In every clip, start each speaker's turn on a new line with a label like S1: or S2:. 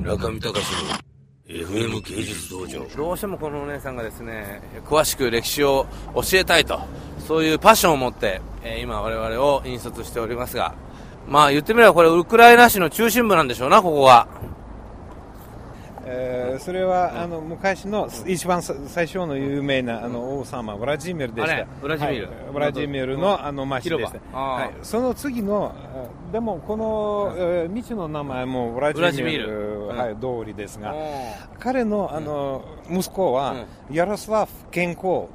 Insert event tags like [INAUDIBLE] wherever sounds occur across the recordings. S1: 中見隆の FM 芸術道場
S2: どうしてもこのお姉さんがですね、詳しく歴史を教えたいと、そういうパッションを持って、えー今我々を引率しておりますが、まあ言ってみればこれウクライナ市の中心部なんでしょうな、ここは。
S3: えーそれはあの昔の一番さ最初の有名なあの王様ブラジミルでし
S2: あれ
S3: た
S2: ブラジミル
S3: はいブラジミルのあの町でした
S2: 広場あー
S3: はいその次のあでもこのえー道の名前もブラジミル
S2: ブラジミル
S3: はい通りですが
S2: う
S3: 彼のあの息子はヤロスラフ健康
S2: ん。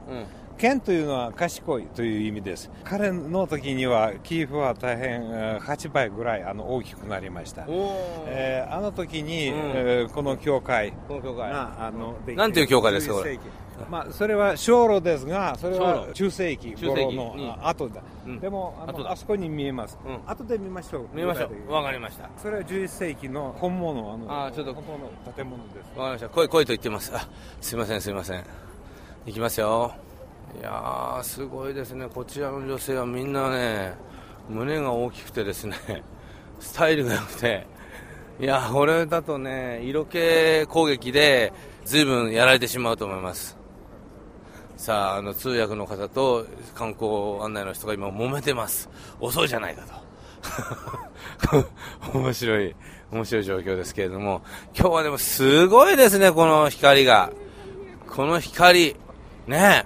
S3: 賢というのは賢いという意味です彼の時にはキーフは大変えー8倍ぐらいあの大きくなりました
S2: おー。
S3: えーあの時に、
S2: うん
S3: えーこの教会
S2: この教会。
S3: があのできて
S2: なんていう教会ですかこれ
S3: 11世紀まあ、それは小路ですがそれ
S2: 小
S3: は
S2: 路
S3: 中世紀
S2: 中世
S3: 頃
S2: 紀
S3: の
S2: に
S3: あ後だ、
S2: うん
S3: でもあ
S2: 後
S3: の
S2: だ
S3: あそこに見えます、
S2: うん
S3: 後で見ましょう
S2: 見ましょ
S3: 具体的
S2: う。
S3: に
S2: わかりました。わ
S3: それは11世紀の本物あの
S2: あーちょっと
S3: 本物の建物です
S2: かりました。来い来いと言ってます。あ、すいませんすいません。いきますよ。いやー、すごいですね。こちらの女性はみんなね、胸が大きくてですね、 [LAUGHS] スタイルが良くて、いやー、これだとね、色気攻撃で随分やられてしまうと思います。さあ、あの通訳の方と観光案内の人が今揉めてます。遅いじゃないかと。 [LAUGHS] 面白い、面白い状況ですけれども、今日はでもすごいですね、この光が。この光、ねえ、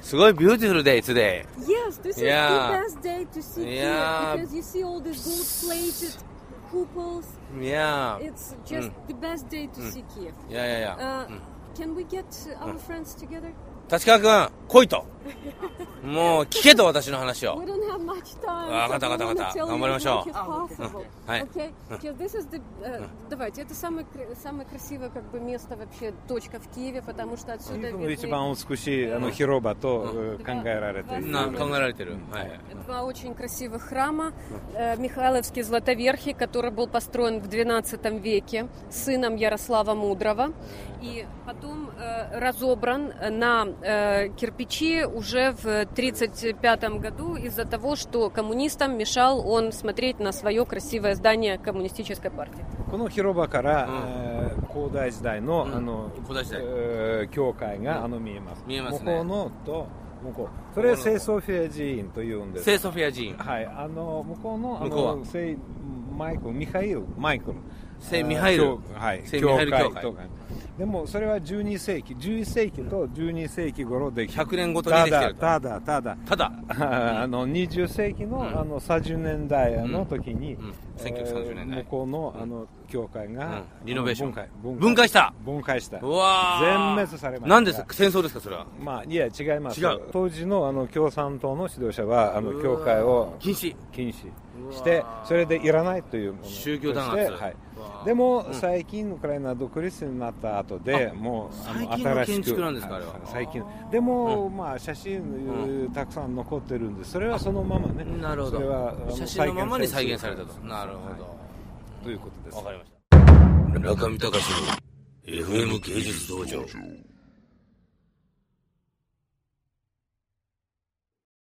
S2: すごいビューティフルデイ、today。
S4: Yes, this
S2: Yeah.
S4: is the best day to sit
S2: Yeah.
S4: here because you see all these gold-plated couples.
S2: いやー、
S4: It's
S2: Mm.
S4: just the best day to sit here.
S2: いやいやい
S4: Uh,
S2: や、うん
S4: Can we get
S2: Mm.
S4: our friends together?
S2: 立川君、来いと。もう聞けと、私の話を
S4: We。don't have much time.
S2: わかった
S4: so
S2: わかったわかった
S4: I wanna tell you
S2: 頑張りましょう
S4: as much as
S2: [LAUGHS]
S4: possible.
S2: はい
S4: Okay, because this is the,
S2: Mm.
S4: uh, Давайте, это самое кра- самое красивое как бы место вообще точка в Киеве, потому что отсюда
S3: 日本
S4: видны
S3: 一番美しいあの広場と、えー考えられている
S2: な考えられてる。はい。
S4: Два очень красивых храма. Э, Михайловский Златоверхий, который был построен в XII веке сыном Ярослава Мудрого. И потом э, разобран на э, кирпичи уже в 1935 году из-за того, что коммунистам мешал он смотреть на свое красивое здание коммунистической партии.
S3: この広場から、
S2: うん
S3: えー高大時代の、
S2: うん
S3: あの
S2: 高大時代
S3: えー教会が、あの見えます
S2: 見えますね
S3: 向こうのと向こうそれは聖ソフィア寺院というんです
S2: 聖ソフィア寺院。
S3: はいあの向こうのあ
S2: 向こうは
S3: の聖マイクルミハイルマイクル
S2: 聖ミハイル
S3: あー教はい
S2: 聖ミハイル教会
S3: とかでもそれは12世紀11世紀と12世紀頃でき
S2: 100年ごとにできてると
S3: ただただただ
S2: ただ、
S3: [LAUGHS] あの20世紀の,、あの30年代の時に、
S2: うん
S3: えー
S2: 1930年代
S3: 向こうのあの教会が、
S2: うんリノベーション
S3: 分解
S2: 分解した
S3: 分解した
S2: うわー
S3: 全滅されました
S2: なんです戦争ですか、それは。
S3: まあいや違います
S2: 違う
S3: 当時のあの共産党の指導者はあの教会を
S2: 禁止。
S3: 禁止してそれでいらないというものとして
S2: 宗教弾圧
S3: はいう
S2: わ、
S3: でも、最近ウクライナ独立になった後でもうあ
S2: 最近の建築なんですかあれは
S3: はい最近でも、まあ写真、たくさん残ってるんでそれはそのままね
S2: なるほ
S3: それはあ
S2: ど。
S3: の
S2: 写真のままに再現されたと
S3: 再。
S2: なるほど。
S3: ということです
S2: わかりました。
S1: 中見隆の FM 芸術道場